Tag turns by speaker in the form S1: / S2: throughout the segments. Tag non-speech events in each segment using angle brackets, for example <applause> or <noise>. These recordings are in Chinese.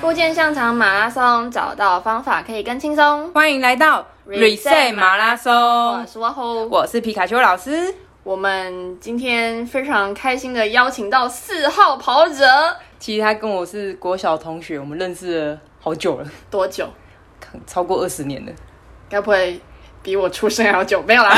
S1: 复健香肠马拉松，找到方法可以更轻松。
S2: 欢迎来到
S1: Reset
S2: Reset 马拉
S1: 我
S2: 松，
S1: 是沃吼，
S2: 我是皮卡丘老师。
S1: 我们今天非常开心的邀请到四号跑者，
S2: 其实他跟我是国小同学，我们认识了好久了，
S1: 多久？
S2: 看超过二十年了，
S1: 该不会比我出生还要久？没有
S3: <laughs>
S1: 啦，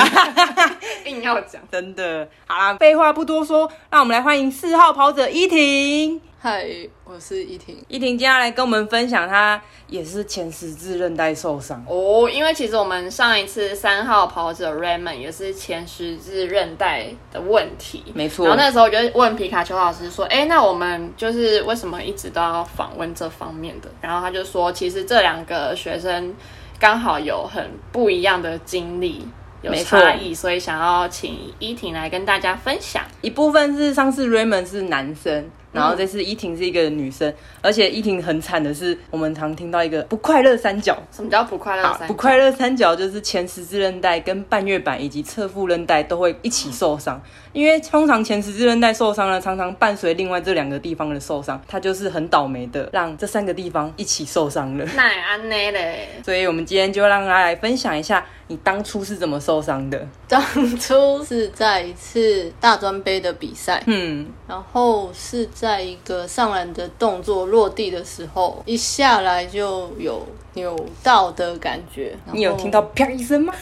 S1: 硬要讲。
S2: 真的。好啦，废话不多说，让我们来欢迎四号跑者依婷。
S3: 嗨，我是依婷。
S2: 依婷今天要来跟我们分享，她也是前十字韧带受伤。
S1: 哦，因为其实我们上一次三号跑者 Raymond 也是前十字韧带的问题，
S2: 没错
S1: 然后那时候我就问皮卡丘老师说：“哎，那我们就是为什么一直都要访问这方面的？”然后他就说：“其实这两个学生刚好有很不一样的经历，有
S2: 没错
S1: 差异，所以想要请依婷来跟大家分享。
S2: 一部分是上次 Raymond 是男生，然后这次依婷是一个女生，而且依婷很惨的是，我们常听到一个不快乐三角。
S1: 什么叫不快乐
S2: 好
S1: 三角？
S2: 啊不快乐三角就是前十字韧带、跟半月板以及侧副韧带都会一起受伤，因为通常前十字韧带受伤呢，常常伴随另外这两个地方的受伤，它就是很倒霉的，让这三个地方一起受伤了。 <laughs>
S1: 那也安内嘞，
S2: 所以我们今天就让他来分享一下你当初是怎么受伤的。
S3: <laughs> 当初是在一次大专杯的比赛，
S2: 嗯，
S3: 然后是在一个上篮的动作落地的时候，一下来就有扭到的感觉。然后
S2: 你有听到？啪一声吗？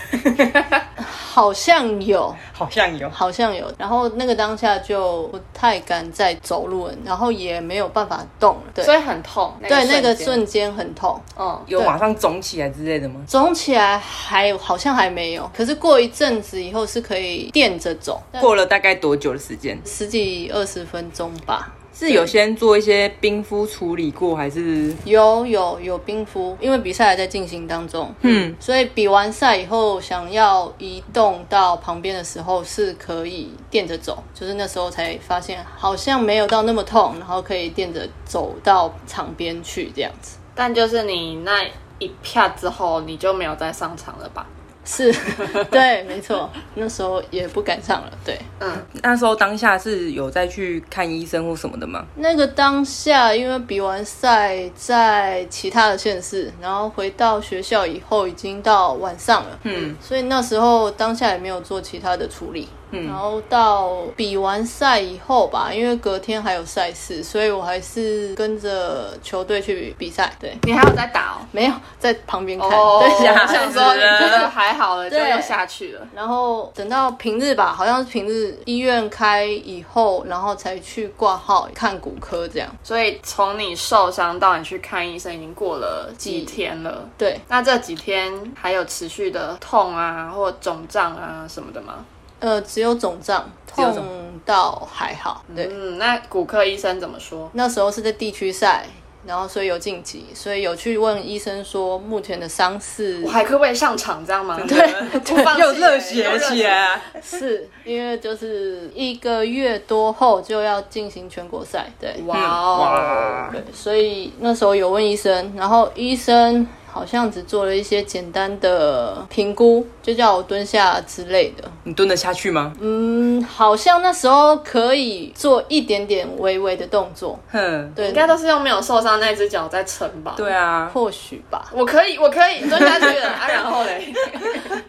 S3: 好像有，
S2: <laughs> 好像有。
S3: 好像有。然后那个当下就不太敢再走路了，然后也没有办法动了。对
S1: 所以很痛。
S3: 对，那
S1: 瞬
S3: 个
S1: 间，
S3: 瞬间很痛。
S1: 嗯，
S2: 有
S3: 对
S2: 马上肿起来之类的吗？
S3: 肿起来还好像还没有，可是过一阵子以后是可以垫着走，
S2: 过了大概多久的时间？
S3: 十几二十分钟吧。
S2: 是有先做一些冰敷处理过，还是
S3: 有有有冰敷，因为比赛还在进行当中，
S2: 嗯
S3: 所以比完赛以后想要移动到旁边的时候是可以垫着走，就是那时候才发现好像没有到那么痛，然后可以垫着走到场边去这样子。
S1: 但就是你那一票之后，你就没有再上场了吧？
S3: 是， <laughs> 对，没错，那时候也不敢上了，对。
S1: 嗯，
S2: 那时候当下是有再去看医生或什么的吗？
S3: 那个当下，因为比完赛在其他的县市，然后回到学校以后已经到晚上了，
S2: 嗯，
S3: 所以那时候当下也没有做其他的处理。嗯，然后到比完赛以后吧，因为隔天还有赛事，所以我还是跟着球队去比赛。对，
S1: 你还有在打哦。
S3: 没有在旁边看。
S1: 哦，
S3: <laughs> 对，
S1: 我
S2: 吓
S1: 想
S2: 死
S1: 说
S2: 了
S1: 你这
S3: <laughs>
S1: 个还好了，就
S3: 对
S1: 又下去了。
S3: 然后等到平日吧，好像是平日医院开以后，然后才去挂号看骨科这样。
S1: 所以从你受伤到你去看医生，已经过了几天了。
S3: 对，
S1: 那这几天还有持续的痛啊，或肿胀啊什么的吗？
S3: 呃，只有肿胀，
S2: 只有
S3: 痛到还好。对，
S1: 嗯，那骨科医生怎么说？
S3: 那时候是在地区赛，然后所以有晋级，所以有去问医生说目前的伤势
S1: 我还可不可以上场？这样吗？
S2: <laughs>
S1: <laughs>
S2: 对
S1: 不放弃
S2: 又热血起来啊！
S3: <laughs> 是，因为就是一个月多后就要进行全国赛，对，
S1: 哇
S2: 嗯
S1: 哦
S2: 哇，
S3: 对，所以那时候有问医生，然后医生。好像只做了一些简单的评估，就叫我蹲下之类的。
S2: 你蹲得下去吗？
S3: 嗯，好像那时候可以做一点点微微的动作，
S2: 哼，
S3: 对
S1: 应，该都是用没有受伤那只脚在撑吧？，
S2: 对啊，
S3: 或许吧。
S1: 我可以，我可以蹲下去了啊！然后
S2: <laughs>
S1: 嘞，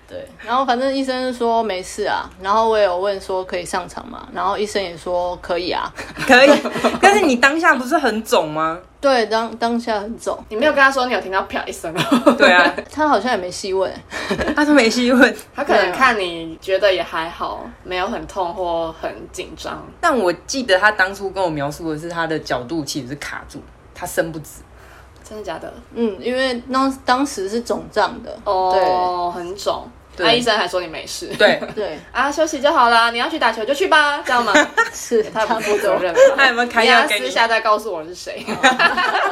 S3: 对，然后反正医生说没事啊，然后我也有问说可以上场嘛，然后医生也说可以啊。
S2: 可以。但是你当下不是很肿吗？
S3: 对，当当下很肿，
S1: 你没有跟他说你有听到啪一声吗？哦
S2: <laughs> 对啊，
S3: 他好像也没细问，
S2: 他说没细问。
S1: 他可能看你觉得也还好，没有很痛或很紧张。
S2: 但我记得他当初跟我描述的是他的角度其实是卡住，他伸不直。
S1: 真的假的？
S3: 嗯，因为当当时是肿胀的，
S1: 哦，很肿。
S2: 对
S1: 那医生还说你没事。
S2: 对，
S3: 对对
S1: 啊，休息就好啦。你要去打球就去吧，这样
S2: <laughs>
S1: 吗？
S3: 是
S1: 太
S3: 差
S1: 不负
S3: 不
S1: 责
S3: 多。
S1: 任了。
S2: 他有没有开
S1: 你
S2: 药
S1: 要
S2: 给
S1: 私
S2: 你？哦
S1: 下再告诉我是谁。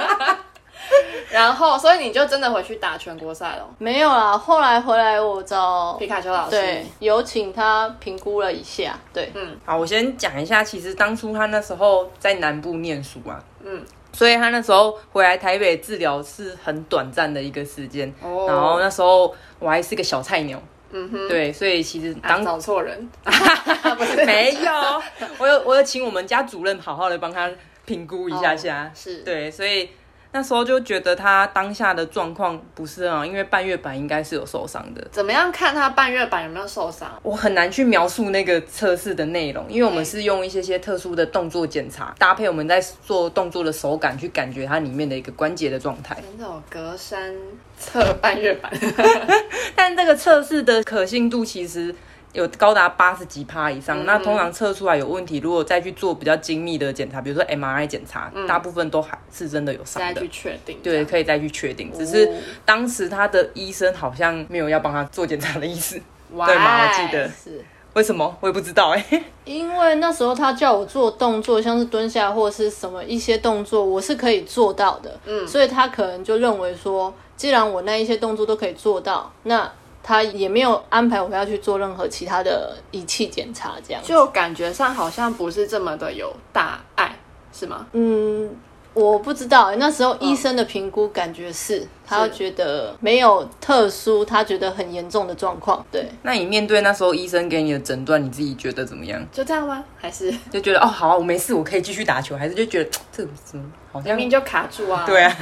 S1: <laughs> 然后，所以你就真的回去打全国赛了。
S3: 没有啦，后来回来我找
S1: 皮卡丘老师，嗯
S3: 对，有请他评估了一下，对，
S2: 好，我先讲一下，其实当初他那时候在南部念书啊，
S1: 嗯，
S2: 所以他那时候回来台北治疗是很短暂的一个时间。
S1: 哦
S2: 然后那时候我还是个小菜鸟，
S1: 嗯哼，
S2: 对，所以其实
S1: 啊
S2: 当
S1: 找错人，
S2: <laughs>
S1: <laughs>
S2: 没有，我有我有请我们家主任好好的帮他评估一下下，
S1: 哦是
S2: 对，所以那时候就觉得他当下的状况不是很好，因为半月板应该是有受伤的。
S1: 怎么样看他半月板有没有受伤？
S2: 我很难去描述那个测试的内容，因为我们是用一些些特殊的动作检查，搭配我们在做动作的手感去感觉它里面的一个关节的状态。
S1: 那种隔山测半月
S2: <laughs>
S1: 板，
S2: 但这个测试的可信度其实有高达八十几趴以
S1: 嗯
S2: 上。那通常测出来有问题，如果再去做比较精密的检查，比如说 MRI 检查，大部分都还是真的有伤
S1: 嗯再
S2: 的
S1: 去。哦确定。
S2: 对，可以再去确定。只是当时他的医生好像没有要帮他做检查的意思，
S1: 哇，
S2: 对嘛我记得
S3: 是
S2: 为什么我也不知道哎、
S3: 因为那时候他叫我做动作，像是蹲下或是什么一些动作，我是可以做到的。嗯，所以他可能就认为说，既然我那一些动作都可以做到，那他也没有安排我要去做任何其他的仪器检查，这样
S1: 就感觉上好像不是这么的有大碍，是吗？
S3: 嗯，我不知道欸、那时候医生的评估感觉是，他觉得没有特殊，他觉得很严重的状况。对，
S2: 那你面对那时候医生给你的诊断，你自己觉得怎么样？
S1: 就这样吗？还是
S2: 就觉得哦，好、啊，我没事，我可以继续打球，还是就觉得嘖这怎么好
S1: 明
S2: 像
S1: 明就卡住啊？
S2: 对啊，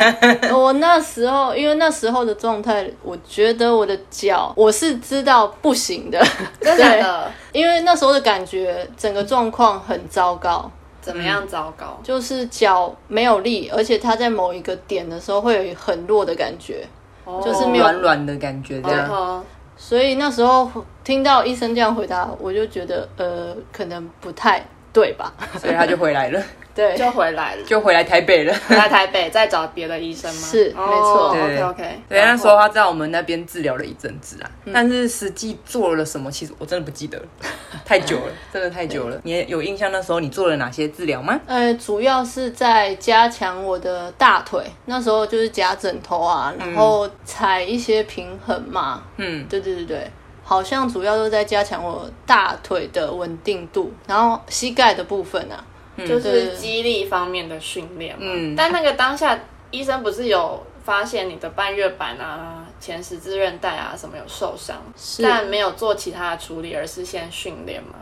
S3: 我那时候因为那时候的状态，我觉得我的脚我是知道不行的，
S1: 真的假的
S3: 因为那时候的感觉整个状况很糟糕，
S1: 怎么样糟糕？
S3: 就是脚没有力，而且它在某一个点的时候会有很弱的感觉，就是没有
S2: 软软的感觉这
S1: 然
S2: 样。
S1: 后
S3: 所以那时候听到医生这样回答，我就觉得呃，可能不太对吧？ <laughs>
S2: 所以他就回来了，
S3: 对，
S1: 就回来
S3: <laughs>
S1: 了，
S2: 就回来台北了。
S1: 来台北再找别的医生吗？哦
S3: 是没错
S1: ，OK OK。
S2: 对，那时候他在我们那边治疗了一阵子啊，
S3: 嗯
S2: 但是实际做了什么，其实我真的不记得了，太久
S3: <laughs>
S2: 了，真的太久了。你有印象那时候你做了哪些治疗吗？
S3: 呃，主要是在加强我的大腿，那时候就是夹枕头啊，然后踩一些平衡嘛。
S2: 嗯，
S3: 对对对对，好像主要都在加强我大腿的稳定度，然后膝盖的部分啊，
S1: 就是肌力方面的训练嘛。
S2: 嗯
S1: 但那个当下医生不是有发现你的半月板啊、前十字韧带啊什么有受伤，但没有做其他的处理，而是先训练嘛。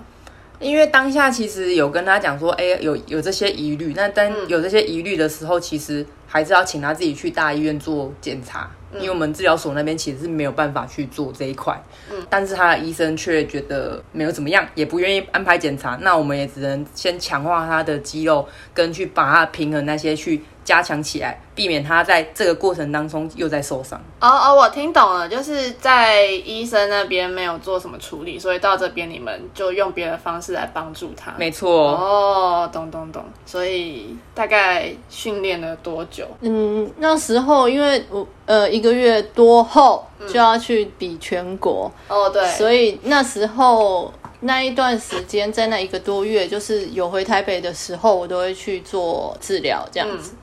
S2: 因为当下其实有跟他讲说，哎、有有这些疑虑，那但有这些疑虑的时候，其实还是要请他自己去大医院做检查，因为我们治疗所那边其实是没有办法去做这一块。嗯，但是他的医生却觉得没有怎么样，也不愿意安排检查，那我们也只能先强化他的肌肉，跟去把他的平衡那些去加强起来，避免他在这个过程当中又在受伤。
S1: 哦哦，我听懂了，就是在医生那边没有做什么处理，所以到这边你们就用别的方式来帮助他。
S2: 没错。
S1: 哦，懂懂懂。所以大概训练了多久？
S3: 嗯，那时候因为我呃一个月多后就要去比全国，
S1: 哦，对，
S3: 所以那时候那一段时间，在那一个多月，就是有回台北的时候，我都会去做治疗这样
S2: 嗯
S3: 子。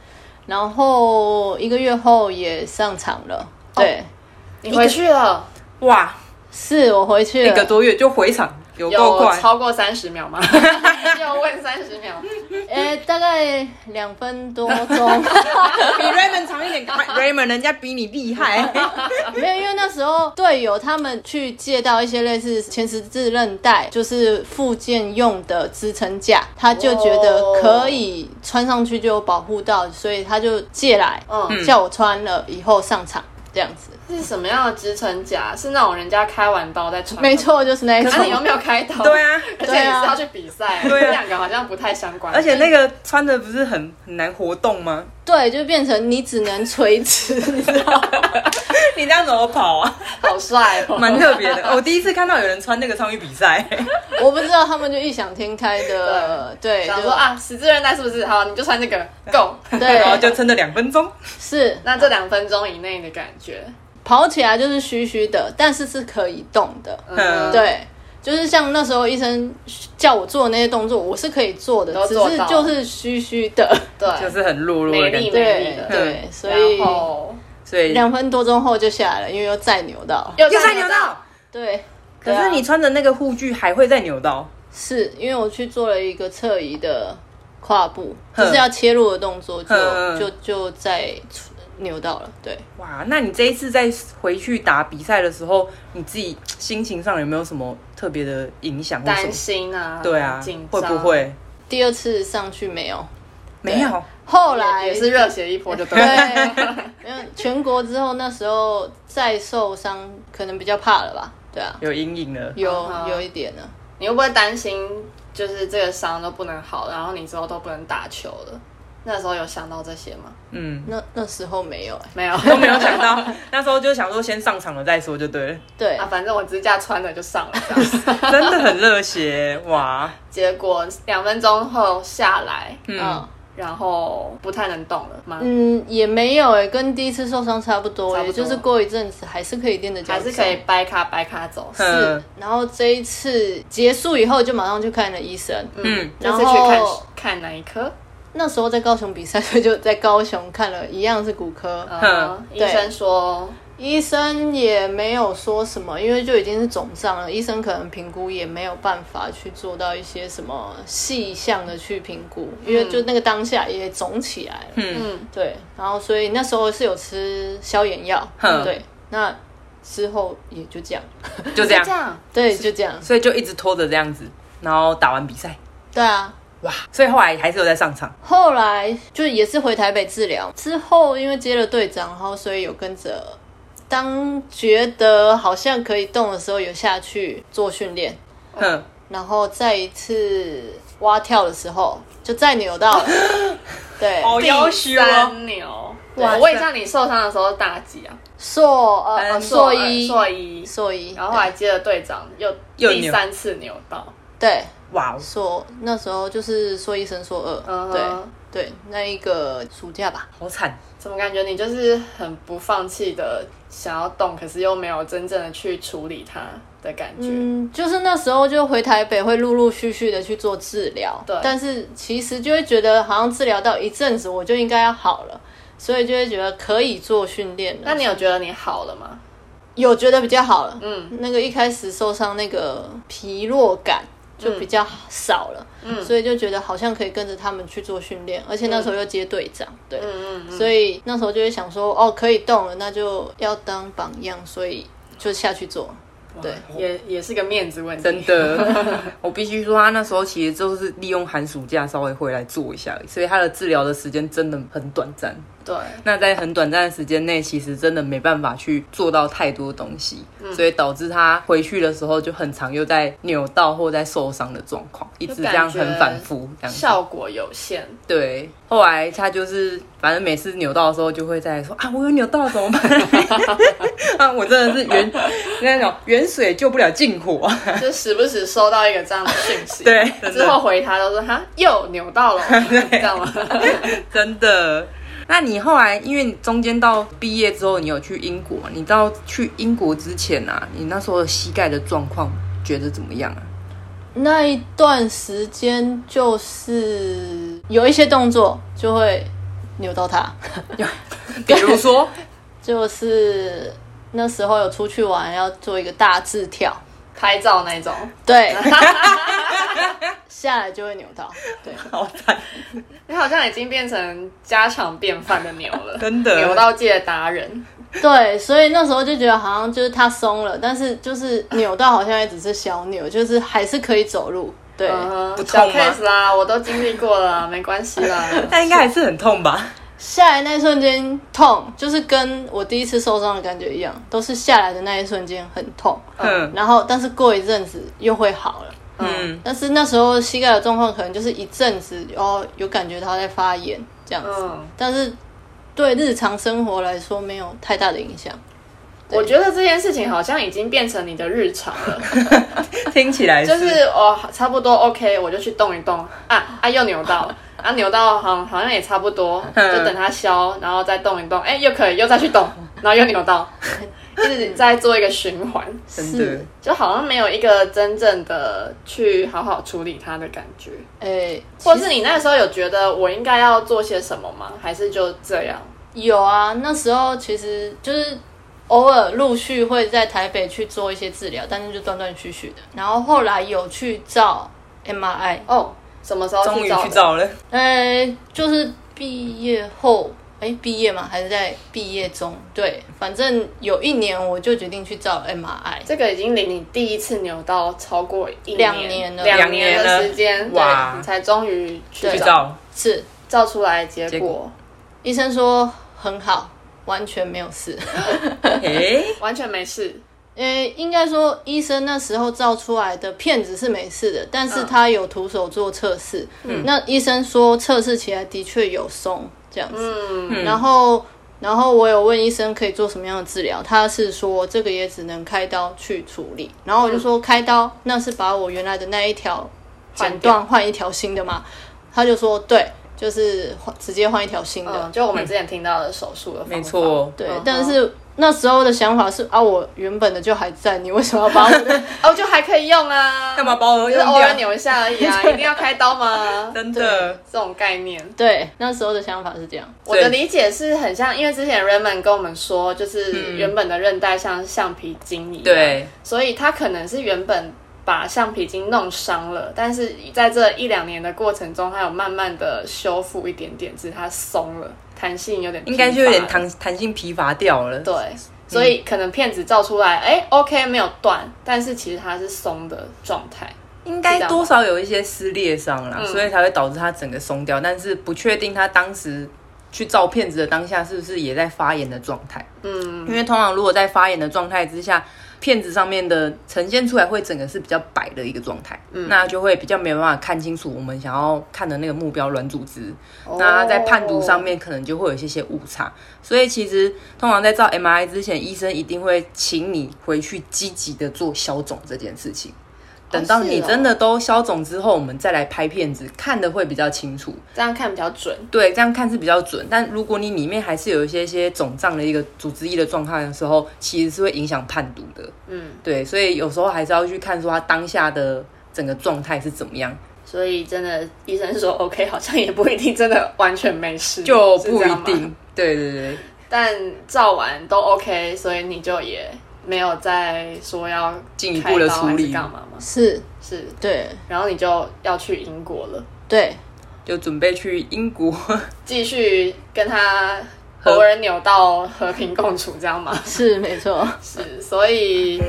S3: 然后一个月后也上场了，对，
S2: 哦
S1: 你回去了
S2: 哇，
S3: 是我回去了。
S2: 一个多月就回场，有够
S1: 有
S2: 快。
S1: 超过三十秒吗？ <laughs> 要问三十秒。
S3: 呃，大概两分多
S2: <laughs>
S3: 钟， <laughs>
S2: 比 Raymond 长 <laughs> 一点赶快，Raymond 人家比你厉害。 <laughs>
S3: 没有，因为那时候队友他们去借到一些类似前十字韧带，就是附件用的支撑架，他就觉得
S1: 哦
S3: 可以穿上去就有保护到，所以他就借来，
S1: 嗯
S3: 叫我穿了以后上场这样子。
S1: 是什么样的支撑夹？是那种人家开完刀再穿的吗
S3: 没，错，就是那一
S1: 那、你有
S3: 种。
S1: 没有开刀？
S2: 对啊
S1: <laughs> 而且
S3: 对
S1: 你
S3: 啊
S1: 是要去比赛，
S2: 对啊
S1: 这两个好像不太相关。
S2: 而且那个穿的不是很很难活动吗？
S3: 对，就变成你只能垂直， <laughs> 你知道吗？
S2: <laughs> 你这样怎么跑啊？
S1: 好帅哦，
S2: 蛮特别的。我第一次看到有人穿那个上去比赛，
S3: 我不知道他们就异想天开的，对，
S1: 想
S3: 就
S1: 说，啊，十字韧带是不是？好，你就穿这个，Go。
S2: <laughs> 然后
S3: 对，
S2: 就撑了两分钟。
S3: 是
S1: <laughs> 那这两分钟以内的感觉，
S3: 跑起来就是虚虚的，但是是可以动的。
S2: 嗯，
S3: 对，就是像那时候医生叫我做的那些动作，我是可以做的
S1: 都，
S3: 只
S1: 做
S3: 是
S1: 到
S3: 就是虚虚的。
S1: <laughs> 对，
S2: 就是很弱弱的
S1: 没
S2: 感
S1: 力
S2: 觉。
S1: 没力
S3: 对
S1: 的。
S3: 对，所以
S1: 然后
S2: 所以
S3: 两分多钟后就下来了，因为又再扭到。
S1: 又
S2: 又
S1: 在
S2: 在扭到，，
S3: 对，
S2: 可是你
S3: 对啊
S2: 穿的那个护具还会再扭到。
S3: 是因为我去做了一个侧移的跨步，
S2: 哼
S3: 就是要切入的动作就，
S2: 哼
S3: 就就再扭到了。对，
S2: 哇，那你这一次再回去打比赛的时候，你自己心情上有没有什么特别的影响或什
S1: 担
S2: 么？
S1: 心啊，
S2: 对啊
S1: 紧，张
S2: 会不？会
S3: 第二次上去没有。
S2: 没有？
S3: 后来
S1: 也是热血一波就
S3: <laughs>
S1: 对了。
S3: 对，没有全国之后，那时候再受伤可能比较怕了吧？对啊，
S2: 有阴影了。
S3: 有
S1: 嗯
S3: 有一点啊呢。
S1: 你会不会担心，就是这个伤都不能好，然后你之后都不能打球了？那时候有想到这些吗？
S2: 嗯，
S3: 那那时候没有、欸，
S1: 没有，
S2: <laughs> 都没有想到，那时候就想说先上场了再说就对了，
S3: 对，
S1: <laughs> 啊，反正我支架穿了就上了这样子。
S2: 真的很热血哇！
S1: 结果两分钟后下来，
S2: 嗯，
S1: 然后不太能动了吗？
S3: 啊嗯，也没有哎、跟第一次受伤差不多、
S1: 差
S3: 欸，
S1: 不
S3: 也
S1: 多
S3: 就是过一阵子还是可以垫着脚
S1: 还
S3: 走，
S1: 是可以掰卡掰卡走，
S2: 嗯
S3: 是。然后这一次结束以后，就马上去看了医生。
S2: 嗯，
S1: 这次
S3: 然
S1: 去看
S3: 后
S1: 看哪一科？
S3: 那时候在高雄比赛，所以就在高雄看了一样是骨科，
S1: 嗯，医
S3: 对
S1: 生说
S3: 医生也没有说什么，因为就已经是肿胀了，医生可能评估也没有办法去做到一些什么细项的去评估，因为就那个当下也肿起来了。
S1: 嗯，
S3: 对，然后所以那时候是有吃消炎药，
S2: 哼
S3: 对，那之后也就这样，
S2: 就这
S1: 这
S2: 样，
S1: 样，
S3: 对，就这样，
S2: 所以就一直拖着这样子，然后打完比赛，
S3: 对啊。
S2: 哇！所以后来还是有在上场，
S3: 后来就也是回台北治疗，之后因为接了队长，然后所以有跟着，当觉得好像可以动的时候，有下去做训练，
S2: 哼，
S3: 然后再一次蛙跳的时候就再扭到了，对，
S2: 好要求哦，
S1: 三牛。
S2: 哇
S1: 对，我也知道你受伤的时候打几啊？
S3: 硕呃呃
S2: 嗯
S3: 硕一
S1: 硕一，
S3: 硕一，
S1: 然后后来接着队长又
S2: 又
S1: 第
S2: 扭
S1: 三次扭到，
S3: 对
S2: 哇哦！
S3: 硕那时候就是硕一升硕
S1: 嗯
S3: 二，
S1: 哼
S3: 对对，那一个暑假吧，
S2: 好惨，
S1: 怎么感觉你就是很不放弃的想要动，可是又没有真正的去处理它的感觉？
S3: 嗯，就是那时候就回台北，会陆陆续续的去做治疗。
S1: 对
S3: 但是其实就会觉得好像治疗到一阵子，我就应该要好了，所以就会觉得可以做训练了。
S1: 那你有觉得你好了吗？
S3: 有觉得比较好了？
S1: 嗯，
S3: 那个一开始受伤那个疲弱感就
S1: 嗯
S3: 比较少了，嗯，所以就觉得好像可以跟着他们去做训练，而且那时候又接队长，对，
S1: 嗯嗯，
S3: 所以那时候就会想说，哦，可以动了，那就要当榜样，所以就下去做。对，
S1: 也也是个面子问题。
S2: 真 <laughs> 的，我必须说，他那时候其实就是利用寒暑假稍微回来做一下而已，所以他的治疗的时间真的很短暂。
S1: 对，
S2: 那在很短暂的时间内，其实真的没办法去做到太多东西，所以导致他回去的时候就很常又在扭到或在受伤的状况，一直这样很反复这样子。
S1: 效果有限。
S2: 对，后来他就是反正每次扭到的时候就会在说啊，我有扭到怎么办？ <laughs> 啊，我真的是远那种远水救不了近火。
S1: <laughs> 就时不时收到一个这样的讯息，
S2: 对真的
S1: 之后回他都说哈又扭到了，
S2: <laughs>
S1: 这样吗？
S2: 真的。那你后来，因为你中间到毕业之后，你有去英国，你到去英国之前啊，你那时候的膝盖的状况觉得怎么样啊？
S3: 那一段时间就是有一些动作就会扭到它，
S2: 比如说，
S3: 就是那时候有出去玩要做一个大字跳，
S1: 拍照那种， <laughs>
S3: 对，下来就会扭到，对，
S2: <laughs> 好惨，
S1: 你好像已经变成家常便饭的牛了，
S2: 真的哎
S1: 牛到界达人，
S3: <laughs> 对，所以那时候就觉得好像就是它松了，但是就是扭到好像也只是小扭，就是还是可以走路，对，
S1: 嗯哼，
S2: 不痛
S1: 小
S2: 吗哎
S1: case 啦，我都经历过了，没关系啦。
S2: <laughs> 那应该还是很痛吧？
S3: 下来那一瞬间痛，就是跟我第一次受伤的感觉一样，都是下来的那一瞬间很痛，
S2: 嗯
S3: 然后但是过一阵子又会好了。
S2: 嗯，
S3: 但是那时候膝盖的状况可能就是一阵子哦，有感觉它在发炎这样子，
S1: 嗯
S3: 但是对日常生活来说没有太大的影响。
S1: 我觉得这件事情好像已经变成你的日常了，
S2: 嗯听起来
S1: 就是哦，差不多 OK，我就去动一动啊啊，又扭到了啊，扭到好好像也差不多，
S2: 嗯
S1: 就等它消，然后再动一动，哎、又可以又再去动，然后又扭
S2: <laughs>
S1: 到，一直在做一个循环，
S2: 真的
S3: 是，
S1: 就好像没有一个真正的去好好处理它的感觉。
S3: 诶，
S1: 或是你那时候有觉得我应该要做些什么吗？还是就这样？
S3: 有啊，那时候其实就是偶尔陆续会在台北去做一些治疗，但是就断断续续的。然后后来有去照 MRI，
S1: 哦，什么时候
S2: 终于去
S1: 的？
S2: 照了，
S3: 呃，就是毕业后，哎，毕业吗？还是在毕业中？对，反正有一年我就决定去照 MRI。
S1: 这个已经离你第一次扭到超过一年
S3: 两年了
S1: 两年
S2: 两年了
S1: 的时间，
S2: 哇
S1: 对，你才终于去
S2: 去
S1: 找。
S2: 照，
S3: 是，
S1: 照出来的结
S2: 结
S1: 果
S2: 果
S3: 医生说很好，完全没有事。
S2: 诶、
S1: 完全没事，
S3: 呃，应该说医生那时候照出来的片子是没事的，但
S1: 嗯
S3: 是他有徒手做测试，那医生说测试起来的确有松这样子，
S1: 嗯，
S3: 然后。然后我有问医生可以做什么样的治疗，他是说这个也只能开刀去处理。然后我
S1: 嗯
S3: 就说开刀，那是把我原来的那一条剪断换一条新的嘛？他就说对，就是换直接换一条新的。
S1: 嗯，就我们之前听到的手术的方法，
S2: 没错，
S3: 对
S1: 嗯，
S3: 但
S1: 哼
S3: 是那时候的想法是啊，我原本的就还在，你为什么要把我的？
S1: <laughs> 哦，就还可以用啊，
S2: 干嘛把我
S1: 就是
S2: 用
S1: 偶尔
S2: 掉？
S1: 扭一下而已
S2: <laughs>
S1: 啊，一定要开刀吗？
S2: 真的，
S1: 这种概念。
S3: 对，那时候的想法是这样。
S1: 我的理解是很像，因为之前 Raymond 跟我们说，就是原本的韧带像橡皮筋一样，，
S2: 嗯对，
S1: 所以他可能是原本把橡皮筋弄伤了，但是在这一两年的过程中，它有慢慢的修复一点点，只是它松了，弹性有点
S2: 应该就有
S1: 疲
S2: 点
S1: 乏了
S2: 弹弹性疲乏掉了。
S1: 对，所以可能片子照出来，哎、o k 没有断，但是其实它是松的状态，
S2: 应该多少有一些撕裂伤啦，
S1: 嗯
S2: 所以才会导致它整个松掉。但是不确定他当时去照片子的当下是不是也在发炎的状态，
S1: 嗯
S2: 因为通常如果在发炎的状态之下，片子上面的呈现出来会整个是比较白的一个状态，
S1: 嗯
S2: 那就会比较没有办法看清楚我们想要看的那个目标软组织。
S1: 哦
S2: 那在判读上面可能就会有一些些误差，所以其实通常在照 MRI 之前，医生一定会请你回去积极的做消肿这件事情。等到你
S1: 是哦
S2: 真的都消肿之后，我们再来拍片子，看的会比较清楚。
S1: 这样看比较准，
S2: 对，这样看是比较准。但如果你里面还是有一些些肿胀的一个组织液的状态的时候，其实是会影响判读的。
S1: 嗯，
S2: 对，所以有时候还是要去看说他当下的整个状态是怎么样，
S1: 所以真的医生 <laughs> 说 OK，好像也不一定真的完全没事，
S2: <laughs> 就
S1: 嗯
S2: 是
S1: 这
S2: 不一
S1: 样吗，
S2: 定。对对对，
S1: 但照完都 OK，所以你就也没有再说要
S2: 进一步
S1: 开
S2: 的
S1: 刀
S2: 处
S1: 还是
S2: 理
S1: 干嘛吗？
S3: 是，
S1: 是，
S3: 对，
S1: 然后你就要去英国了，
S3: 对，
S2: 就准备去英国。 <laughs>
S1: 继续跟他偶尔扭到和平共处，这样吗？
S3: 是没错。
S1: 是，所以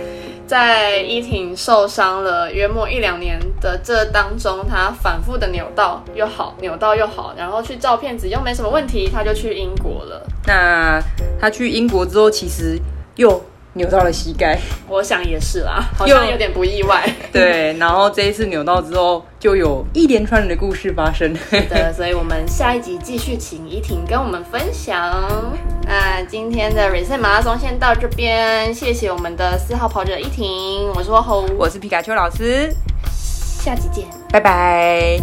S1: 在依婷受伤了约莫一两年的这当中，她反复的扭到又好，扭到又好，然后去照片子又没什么问题，她就去英国了。
S2: 那他去英国之后，其实又扭到了膝盖，
S1: 我想也是 <laughs> 啦，好像
S2: 又
S1: 有点不意外。 <laughs>
S2: 对，然后这一次扭到之后，就有一连串的故事发生。 <laughs>
S1: 的，所以我们下一集继续请依婷跟我们分享。那今天的 Reset 马拉松先到这边，谢谢我们的四号跑者依婷，我是霍红，
S2: 我是皮卡丘老师，
S1: 下集见。
S2: 拜拜。